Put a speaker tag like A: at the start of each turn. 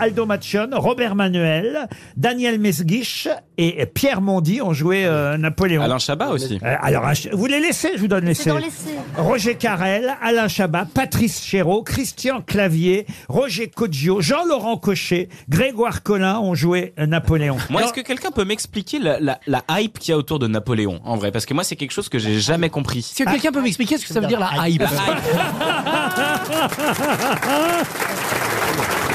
A: Aldo Machon, Robert Manuel, Daniel Mesguich et Pierre Mondy ont joué euh, Napoléon.
B: Alain Chabat aussi.
A: Euh, alors, un ch- vous les laissez, je vous donne les
C: C'est dans
A: scènes.
C: les scènes.
A: Roger Carrel, Alain Chabat, Patrice Chéreau, Christian Clavier, Roger Coggio, Jean-Laurent Cochet, Grégoire Collin ont joué euh, Napoléon.
B: Moi,
A: Alors,
B: est-ce que quelqu'un peut m'expliquer la, la- la hype qu'il y a autour de Napoléon, en vrai Parce que moi, c'est quelque chose que j'ai jamais compris.
D: Est-ce que quelqu'un peut m'expliquer ce que ça veut dire la hype
B: La hype.